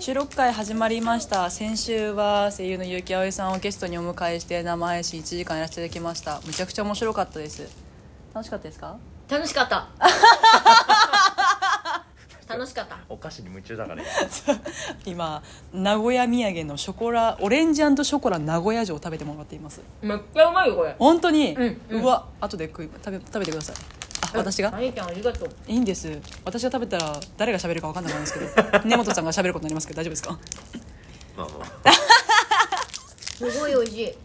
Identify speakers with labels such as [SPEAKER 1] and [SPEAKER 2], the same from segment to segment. [SPEAKER 1] 収録会始まりました先週は声優の結城葵さんをゲストにお迎えして生配信1時間やらせていただきましためちゃくちゃ面白かったです楽しかったですか
[SPEAKER 2] 楽しかった 楽しかった
[SPEAKER 3] お菓子に夢中だからね
[SPEAKER 1] 今名古屋土産のショコラオレンジショコラ名古屋城を食べてもらっています
[SPEAKER 2] めっちゃうまいよこれ
[SPEAKER 1] 本当に、
[SPEAKER 2] うんうん
[SPEAKER 1] わ後で食い食べ食べてくださいあ私が
[SPEAKER 2] あゆちゃんありがとう
[SPEAKER 1] いいんです私が食べたら誰が喋るか分かんなくなるんですけ ど根本さんが喋ることになりますけど大丈夫ですか
[SPEAKER 3] まあまあ
[SPEAKER 2] すごい美味し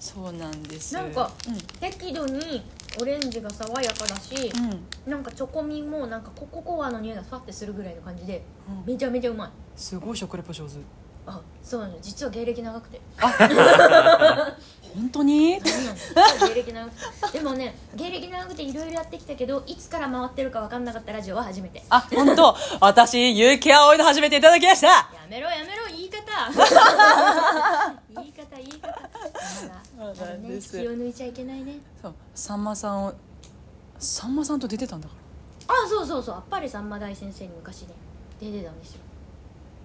[SPEAKER 1] そうなんです
[SPEAKER 2] いなんか、
[SPEAKER 1] うん
[SPEAKER 2] 適度にオレンジが爽やかだし、
[SPEAKER 1] うん、
[SPEAKER 2] なんかチョコミンもなんかコココアの匂いがファってするぐらいの感じで、
[SPEAKER 1] うん
[SPEAKER 2] めちゃめちゃうまい
[SPEAKER 1] すごい食レポ上手
[SPEAKER 2] あそうなの実は芸歴長く て
[SPEAKER 1] 本当に
[SPEAKER 2] 何なの実は芸歴長くてでもね芸歴長くていろいろやってきたけどいつから回ってるか分かんなかったラジオは初めて
[SPEAKER 1] あ本当私結城葵の初めていただきました
[SPEAKER 2] やめろやめろ言い 方言い方言い方まだあれね
[SPEAKER 1] です
[SPEAKER 2] 気を抜いちゃいけないね
[SPEAKER 1] そうさんまさんをさんまさんと出てたんだから
[SPEAKER 2] あそうそうそうあっぱれさんま大先生に昔ね出てたんですよ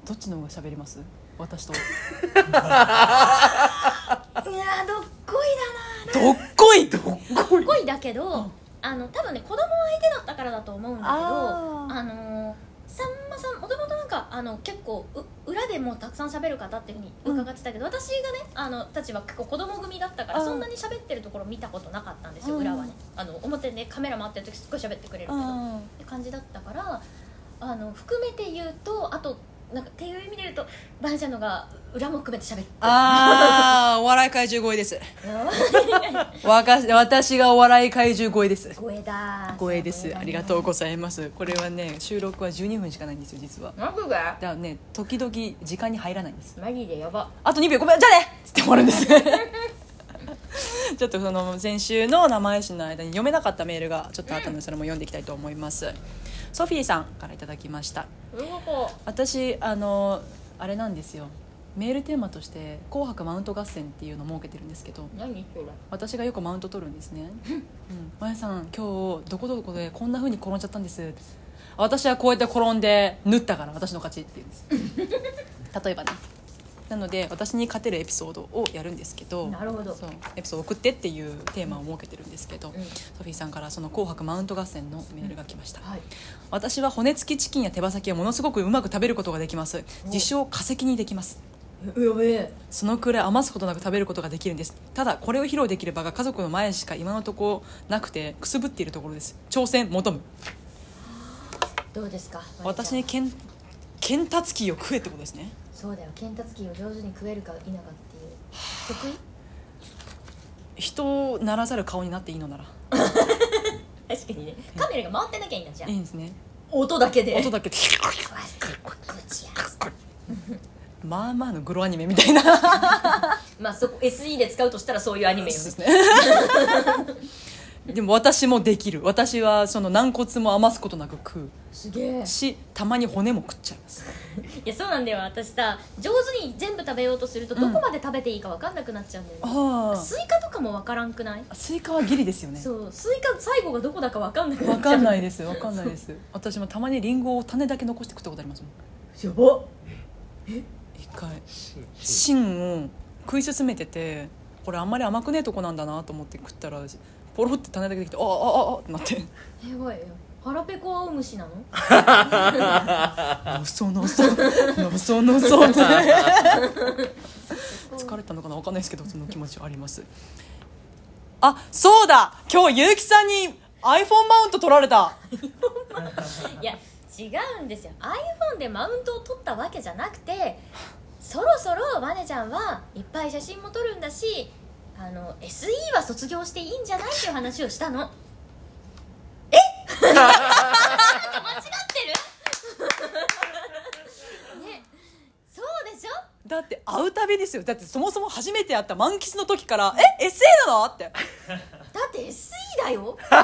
[SPEAKER 1] どっちの方が喋ります私と
[SPEAKER 2] いやーどっこい
[SPEAKER 1] どっこいどっこ
[SPEAKER 2] だなどっこいだけど、あの多分ね子供相手だったからだと思うんだけど
[SPEAKER 1] あ
[SPEAKER 2] あ
[SPEAKER 1] ー
[SPEAKER 2] のーさんまさんもともとなんかあの結構う裏でもうたくさん喋る方っていうふうに伺ってたけど、私がねあのたちは結構子供組だったから
[SPEAKER 1] うん
[SPEAKER 2] そんなに喋ってるところ見たことなかったんですよ、
[SPEAKER 1] うん
[SPEAKER 2] 裏はねあの表でカメラ回ってる時すっごい喋ってくれるけど、
[SPEAKER 1] あ
[SPEAKER 2] って感じだったからあの含めて言うとあとなんかっていう意味で言うとバンシャのが裏も含めて喋って
[SPEAKER 1] あーお笑い怪獣超えです
[SPEAKER 2] る
[SPEAKER 1] わか私がお笑い怪獣超えです
[SPEAKER 2] ごえだ
[SPEAKER 1] 光栄ですありがとう
[SPEAKER 2] う
[SPEAKER 1] ございますこれはね収録は12分しかないんですよ実はだか
[SPEAKER 2] マグが
[SPEAKER 1] らね時々時間に入らないんです
[SPEAKER 2] マジでやば
[SPEAKER 1] あと2秒ごめんじゃあねっつって終わるんです ちょっとその先週の生配信の間に読めなかったメールがちょっとあったのでそれも読んでいきたいと思いますソフィーさんからいただきました
[SPEAKER 2] うごこ
[SPEAKER 1] 私あのあれなんですよメールテーマとして「紅白マウント合戦」っていうのを設けてるんですけど
[SPEAKER 2] 何それ
[SPEAKER 1] 私がよくマウント取るんですね「うん、まやさん今日どこどこでこんな風に転んじゃったんです」私はこうやって転んで縫ったから私の勝ちって言うんです例えばねなので私に勝てるエピソードをやるんですけど
[SPEAKER 2] なるほど
[SPEAKER 1] そうエピソード送ってっていうテーマを設けてるんですけど、
[SPEAKER 2] うん
[SPEAKER 1] ソフィーさんからその「紅白マウント合戦」のメールが来ました、
[SPEAKER 2] はい
[SPEAKER 1] 私は骨付きチキンや手羽先をものすごくうまく食べることができます自称化石にできます
[SPEAKER 2] うやべえ
[SPEAKER 1] そのくらい余すことなく食べることができるんですただこれを披露できる場が家族の前しか今のところなくてくすぶっているところです挑戦求む
[SPEAKER 2] どうですかまりちゃん
[SPEAKER 1] 私にケンケンタツキーを食えってことですね
[SPEAKER 2] そうだよケンタツキーを上手に食えるか否かっていう得意
[SPEAKER 1] 人をならざる顔になっていいのなら
[SPEAKER 2] 確かにねカメラが回ってなきゃいいんだじゃ
[SPEAKER 1] いい
[SPEAKER 2] ん
[SPEAKER 1] んですね
[SPEAKER 2] 音だけで
[SPEAKER 1] 音だけで
[SPEAKER 2] わ口や
[SPEAKER 1] まあまあのグロアニメみたいな
[SPEAKER 2] まあそこ SE で使うとしたらそういうアニメよ
[SPEAKER 1] そうですね でも私もできる私はその軟骨も余すことなく食
[SPEAKER 2] すげえ
[SPEAKER 1] うしたまに骨も食っちゃいます
[SPEAKER 2] いやそうなんだよ私さ上手に全部食べようとすると
[SPEAKER 1] うん
[SPEAKER 2] どこまで食べていいか分かんなくなっちゃうんだよ
[SPEAKER 1] あ
[SPEAKER 2] ね、スイカとかも分からんくない
[SPEAKER 1] あスイカはギリですよね
[SPEAKER 2] そうスイカ最後がどこだか分かんなくなっちゃう
[SPEAKER 1] わかんないいですわかんないです私もたまにリンゴを種だけ残して食ったことありますもん
[SPEAKER 2] やば
[SPEAKER 1] 一回
[SPEAKER 3] しし
[SPEAKER 1] 芯を食い進めててこれあんまり甘くねえとこなんだなと思って食ったらポロって種だけできてあああああってなって
[SPEAKER 2] やばいよ腹ペコアオムシなの
[SPEAKER 1] のそのそのそのそっ て疲れたのかなわかんないですけどその気持ちはありますあそうだ今日結城さんに iPhone マウント取られた
[SPEAKER 2] いや違うんですよ iPhone でマウントを取ったわけじゃなくてそろそろマネちゃんはいっぱい写真も撮るんだしあの SE は卒業していいんじゃないっていう話をしたのえなんか 間違ってる ねそうでしょ
[SPEAKER 1] だって会うたびですよだってそもそも初めて会った満喫の時から「え SA なの?」って
[SPEAKER 2] だって SE だ
[SPEAKER 1] 同
[SPEAKER 2] よ
[SPEAKER 1] じアッ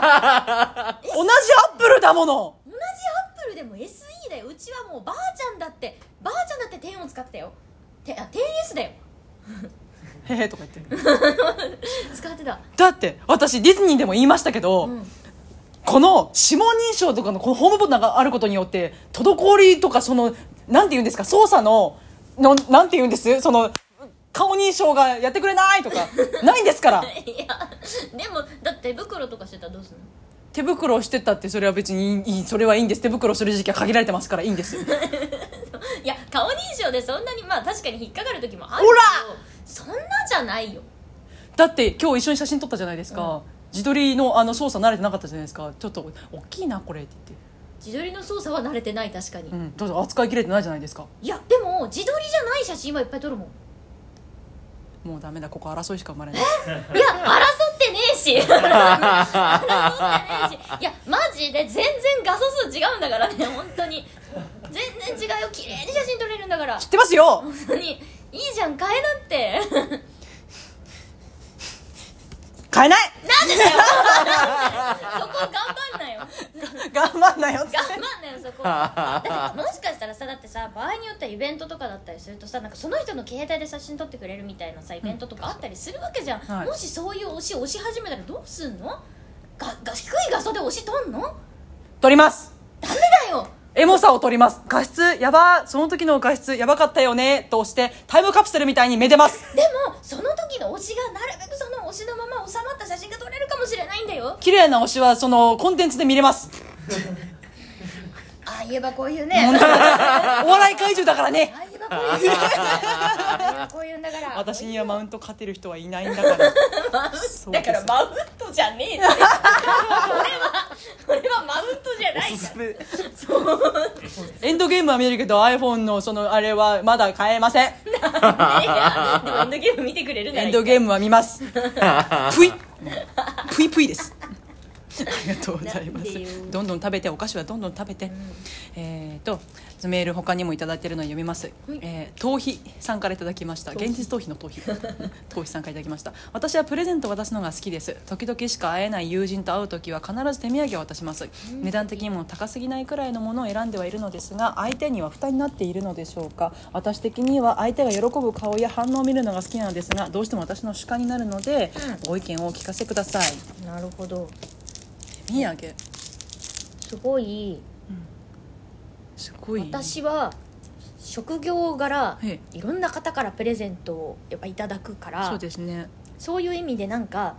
[SPEAKER 1] プルだもの
[SPEAKER 2] 同じアップルでも SE だようちはもうばあちゃんだってばあちゃんだって10を使ってたよてあ 10S だよ
[SPEAKER 1] へへとか言って
[SPEAKER 2] 使ってた
[SPEAKER 1] だって私ディズニーでも言いましたけど、
[SPEAKER 2] うん
[SPEAKER 1] この指紋認証とかのこのホームボタンがあることによって滞りとかそのなんて言うんですか操作ののなんて言うんですその顔認証がやってくれないとかないんですから
[SPEAKER 2] いやでもだって手袋とかしてたらどうすんの
[SPEAKER 1] 手袋をしてたってそれは別にいいいいそれはいいんです手袋する時期は限られてますからいいんです
[SPEAKER 2] いや顔認証でそんなにまあ確かに引っかかる時もあるけど
[SPEAKER 1] ほら
[SPEAKER 2] そんなじゃないよ
[SPEAKER 1] だって今日一緒に写真撮ったじゃないですか、自撮りのあの操作慣れてなかったじゃないですかちょっと大きいなこれって言って
[SPEAKER 2] 自撮りの操作は慣れてない確かに、
[SPEAKER 1] うんどうぞ扱いきれてないじゃないですか
[SPEAKER 2] いやでも自撮りじゃない写真はいっぱい撮るもん
[SPEAKER 1] もうダメだここ争いしか生 まれない
[SPEAKER 2] いや争ってねえし 争ってねえしいやマジで全然画素数違うんだからね本当に全然違うよ綺麗に写真撮れるんだから
[SPEAKER 1] 知ってますよ
[SPEAKER 2] 本当にいいじゃん変えなって なんで
[SPEAKER 1] 買えない
[SPEAKER 2] だよそこ頑張んなよ
[SPEAKER 1] 頑張んなよ っつって
[SPEAKER 2] 頑張んなよそこだってもしかしたらさだってさ場合によってはイベントとかだったりするとさなんかその人の携帯で写真撮ってくれるみたいなさイベントとかあったりするわけじゃん、
[SPEAKER 1] はい
[SPEAKER 2] もしそういう推し推し始めたらどうすんのがが低い画素で推し撮んの
[SPEAKER 1] 撮ります
[SPEAKER 2] ダメだよ
[SPEAKER 1] エモさを撮ります画質やばその時の画質やばかったよねと押してタイムカプセルみたいにめでます
[SPEAKER 2] でもその時の推しがなるべくその推しのまま収まった写真が撮れるかもしれないんだよ
[SPEAKER 1] 綺麗な推しはそのコンテンツで見れ ます
[SPEAKER 2] ああ言えばこういう
[SPEAKER 1] 本
[SPEAKER 2] ね
[SPEAKER 1] 当だお笑い怪獣だからね
[SPEAKER 2] ああ言えばこういうねああ言え ばこういうんだから
[SPEAKER 1] 私にはマウント勝てる人はいないんだ からそうで
[SPEAKER 2] だ
[SPEAKER 1] す
[SPEAKER 2] からマウントじゃねえってこれはこれはマウントじゃない
[SPEAKER 3] おすすめ
[SPEAKER 1] エンドゲームは見るけど iPhone のそのあれはまだ買えません
[SPEAKER 2] いやでもエンドゲーム見てくれるなら
[SPEAKER 1] エンドゲームは見 ますぷいぷいぷい ですありがとうございま
[SPEAKER 2] なんでよ
[SPEAKER 1] すどんどん食べてお菓子はどんどん食べて、えー、とメール他にもいただいてるのを読みます、
[SPEAKER 2] はい
[SPEAKER 1] えー、逃避さんからいただきました現実逃避の逃避 逃避さんからいただきました私はプレゼントを渡すのが好きです時々しか会えない友人と会う時は必ず手土産を渡します値段的にも高すぎないくらいのものを選んではいるのですが相手には負担になっているのでしょうか私的には相手が喜ぶ顔や反応を見るのが好きなのですがどうしても私の主観になるので、ご意見をお聞かせください
[SPEAKER 2] なるほど
[SPEAKER 1] 手土産
[SPEAKER 2] すごい
[SPEAKER 1] すごい
[SPEAKER 2] 私は職業柄
[SPEAKER 1] え
[SPEAKER 2] いろんな方からプレゼントをやっぱいただくから
[SPEAKER 1] そうですね
[SPEAKER 2] そういう意味でなんか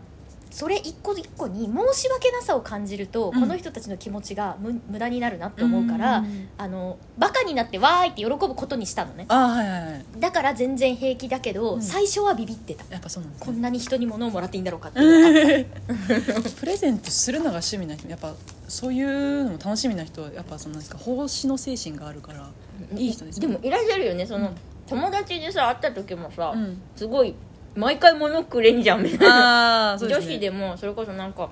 [SPEAKER 2] それ一個一個に申し訳なさを感じると、
[SPEAKER 1] うん
[SPEAKER 2] この人たちの気持ちが無無駄になるなって思うから、
[SPEAKER 1] ん
[SPEAKER 2] あのバカになってわーいって喜ぶことにしたのね
[SPEAKER 1] ああはいはいはい
[SPEAKER 2] だから全然平気だけど、
[SPEAKER 1] うん
[SPEAKER 2] 最初はビビってた
[SPEAKER 1] やっぱそうなんです
[SPEAKER 2] こ
[SPEAKER 1] ね
[SPEAKER 2] んなに人に物をもらっていいんだろうかっていうのが
[SPEAKER 1] プレゼントするのが趣味な人やっぱそういうのも楽しみな人はやっぱそのなんか奉仕の精神があるからいい人ですね
[SPEAKER 2] でもいらっしゃるよねその、
[SPEAKER 1] うん
[SPEAKER 2] 友達でさ会った時もさ、
[SPEAKER 1] うん
[SPEAKER 2] すごい毎回物くれんじゃんみたいな、
[SPEAKER 1] ああそうで
[SPEAKER 2] 女
[SPEAKER 1] すね
[SPEAKER 2] 子でもそれこそなんか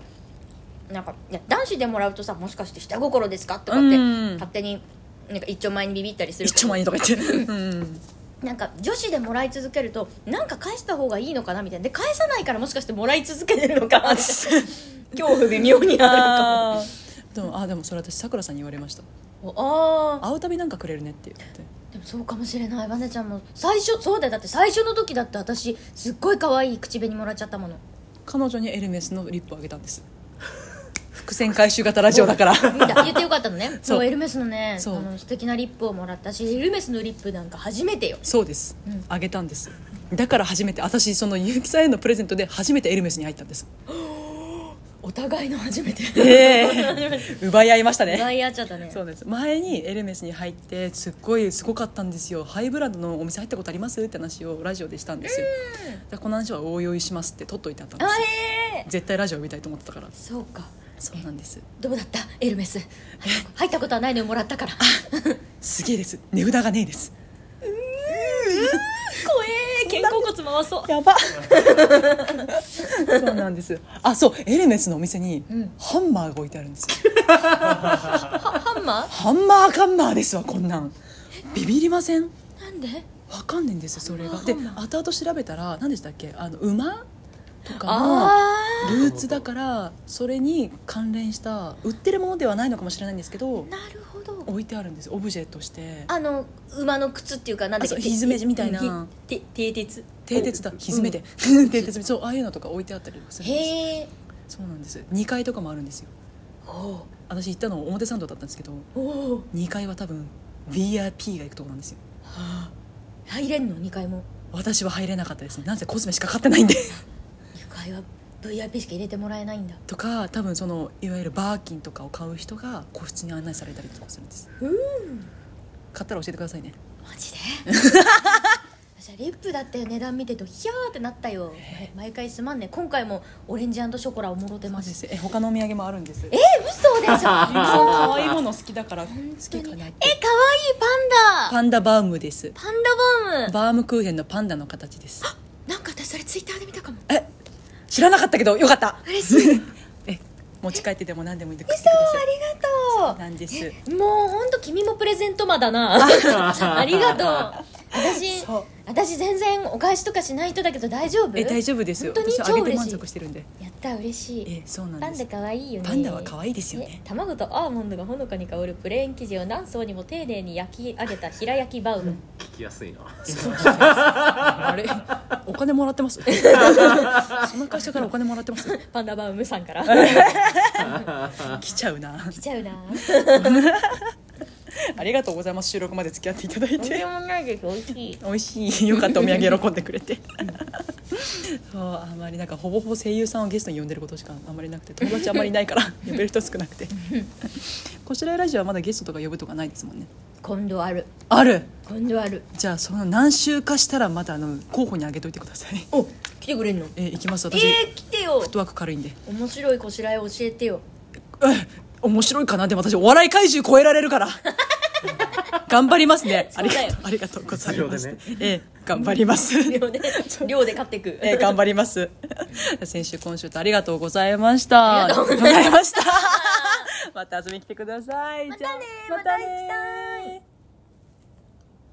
[SPEAKER 2] なんかいや男子でもらうとさもしかして下心ですかとかって
[SPEAKER 1] うん
[SPEAKER 2] 勝手になんか一丁前にビビったりする
[SPEAKER 1] 一丁前にとか言 ってうん
[SPEAKER 2] なんか女子でもらい続けるとなんか返した方がいいのかなみたいなで返さないからもしかしてもらい続けてるのかなって恐怖微妙にあ
[SPEAKER 1] あーでもあーでもそれ私さくらさんに言われました
[SPEAKER 2] るかもあー
[SPEAKER 1] 会うたびなんかくれるねって言って
[SPEAKER 2] でもそうかもしれないわねちゃんも最初そうだよだって最初の時だって私すっごい可愛い口紅もらっちゃったもの
[SPEAKER 1] 彼女にエルメスのリップをあげたんです伏線回収型ラジオだ から
[SPEAKER 2] 見 た言ってよかったのね
[SPEAKER 1] そう
[SPEAKER 2] そうエルメスのねあ
[SPEAKER 1] そう
[SPEAKER 2] の素敵なリップをもらったしエルメスのリップなんか初めてよ
[SPEAKER 1] そうです
[SPEAKER 2] うん
[SPEAKER 1] あげたんですだから初めて私その結城さんへのプレゼントで初めてエルメスに入ったんです
[SPEAKER 2] お互いの 初めて
[SPEAKER 1] え 奪い合いましたね
[SPEAKER 2] 奪い合っちゃったね
[SPEAKER 1] そうです前にエルメスに入ってすっごいすごかったんですよハイブランドのお店入ったことありますって話をラジオでしたんですよだからこの話はおいおいしますって取っといてあったんで
[SPEAKER 2] あ
[SPEAKER 1] すよ
[SPEAKER 2] え
[SPEAKER 1] 絶対ラジオ見たいと思ってたから
[SPEAKER 2] ーそうか
[SPEAKER 1] そうなんです
[SPEAKER 2] どうだったエルメス入ったことはないのをもらったから
[SPEAKER 1] すげえです値札がねえです
[SPEAKER 2] 怖え肩甲骨回そう
[SPEAKER 1] やばそうなんですあそうエルメスのお店に
[SPEAKER 2] うん
[SPEAKER 1] ハンマーが置いてあるんですよ
[SPEAKER 2] はハンマ
[SPEAKER 1] ハンマーカンマーですわこんなんビビりません
[SPEAKER 2] ーなんで
[SPEAKER 1] わかんねえんですよそれが
[SPEAKER 2] ハ
[SPEAKER 1] で
[SPEAKER 2] ンマー
[SPEAKER 1] 後々調べたら何でしたっけあの馬とかの
[SPEAKER 2] あ
[SPEAKER 1] ルーツだからそれに関連した売ってるものではないのかもしれないんですけど
[SPEAKER 2] あなるほど
[SPEAKER 1] 置いてあるんですオブジェとして
[SPEAKER 2] あの馬の靴っていうかなんだっけ
[SPEAKER 1] あそうひづめみたいな
[SPEAKER 2] て蹄鉄
[SPEAKER 1] 蹄鉄だひずめで蹄鉄そうああいうのとか置いてあったりするんです
[SPEAKER 2] へえ
[SPEAKER 1] そうなんです2階とかもあるんですよ
[SPEAKER 2] お
[SPEAKER 1] 私行ったの表参道だったんですけど
[SPEAKER 2] お
[SPEAKER 1] 2階は多分 VRP が行くとこなんですよ
[SPEAKER 2] 入れんの2階も
[SPEAKER 1] 私は入れなかったですねなぜコスメしか買ってないんで
[SPEAKER 2] 2階は VIP しか入れてもらえないんだ
[SPEAKER 1] とか多分そのいわゆるバーキンとかを買う人が個室に案内されたりとかするんです買ったら教えてくださいね
[SPEAKER 2] マ ジで私はリップだって値段見てとヒャーってなったよ、毎毎回すまんね今回もオレンジショコラをもろてます
[SPEAKER 1] え他のお土産もあるんですえ
[SPEAKER 2] え 嘘でしょ
[SPEAKER 1] そう
[SPEAKER 2] 本
[SPEAKER 1] 可愛いもの好きだから好
[SPEAKER 2] 当
[SPEAKER 1] き
[SPEAKER 2] に
[SPEAKER 1] かなっ
[SPEAKER 2] え
[SPEAKER 1] て
[SPEAKER 2] 可愛いパンダ
[SPEAKER 1] パンダバウムです
[SPEAKER 2] パンダボーム
[SPEAKER 1] バームクーヘンのパンダの形です
[SPEAKER 2] なんか私それツイッターで見たかも
[SPEAKER 1] え知らなかったけどよかった
[SPEAKER 2] 嬉しい
[SPEAKER 1] え持ち帰ってでも何でもいいんで食
[SPEAKER 2] 嘘
[SPEAKER 1] ってください
[SPEAKER 2] ありがとう
[SPEAKER 1] なんです
[SPEAKER 2] もうほんと君もプレゼントマだなありがとう私
[SPEAKER 1] そう
[SPEAKER 2] 私全然お返しとかしない人だけど大丈夫
[SPEAKER 1] え大丈夫ですよ
[SPEAKER 2] 本当に
[SPEAKER 1] 私あげ
[SPEAKER 2] 超
[SPEAKER 1] て
[SPEAKER 2] 嬉し
[SPEAKER 1] 満
[SPEAKER 2] い
[SPEAKER 1] 足してるんで
[SPEAKER 2] やった嬉しい
[SPEAKER 1] えそうな
[SPEAKER 2] パ
[SPEAKER 1] ん
[SPEAKER 2] ン
[SPEAKER 1] で
[SPEAKER 2] ダ
[SPEAKER 1] す
[SPEAKER 2] 可愛いよね
[SPEAKER 1] パンダは可愛いですよ
[SPEAKER 2] え
[SPEAKER 1] ね
[SPEAKER 2] 卵とアーモンドがほのかに香るプレーン生地を何層にも丁寧に焼き上げた平焼きバウム、
[SPEAKER 3] 聞きやすいな
[SPEAKER 1] あれお金もら ってますその会社からお金もらってます
[SPEAKER 2] パンダバウムさんから
[SPEAKER 1] 来ちゃうな
[SPEAKER 2] 来ちゃうな
[SPEAKER 1] ありがとうございます収録まで付き合っていただい
[SPEAKER 2] とんで
[SPEAKER 1] て
[SPEAKER 2] もないです美味しい
[SPEAKER 1] 美味しいよかったお土産喜んでくれてそうあんまりなんかほぼほぼ声優さんをゲストに呼んでることしかあんまりなくて友達あんまりいないから呼べる人少なくてこちらラジオはまだゲストとか呼ぶとかないですもんね
[SPEAKER 2] 今度ある
[SPEAKER 1] ある
[SPEAKER 2] 今度ある
[SPEAKER 1] じゃあその何週かしたらまたあの候補にあげといてください
[SPEAKER 2] お来てくれんの
[SPEAKER 1] え行きます私、
[SPEAKER 2] えー、来てよ
[SPEAKER 1] フットワーク軽いんで
[SPEAKER 2] 面白いこしらえ教えてよ
[SPEAKER 1] 面白いかなでも私お笑い怪獣超えられるから頑張りますねあ
[SPEAKER 2] そう
[SPEAKER 1] り
[SPEAKER 2] だよ
[SPEAKER 1] がとうありがとうございます、
[SPEAKER 3] 必要で
[SPEAKER 1] ええ頑張ります
[SPEAKER 2] 量で量で買ってく
[SPEAKER 1] ええ頑張ります先週今週とありがとうございました
[SPEAKER 2] ありがとうご
[SPEAKER 1] ざいましたまた遊びに来てくださいまたね
[SPEAKER 2] またねまた行きたい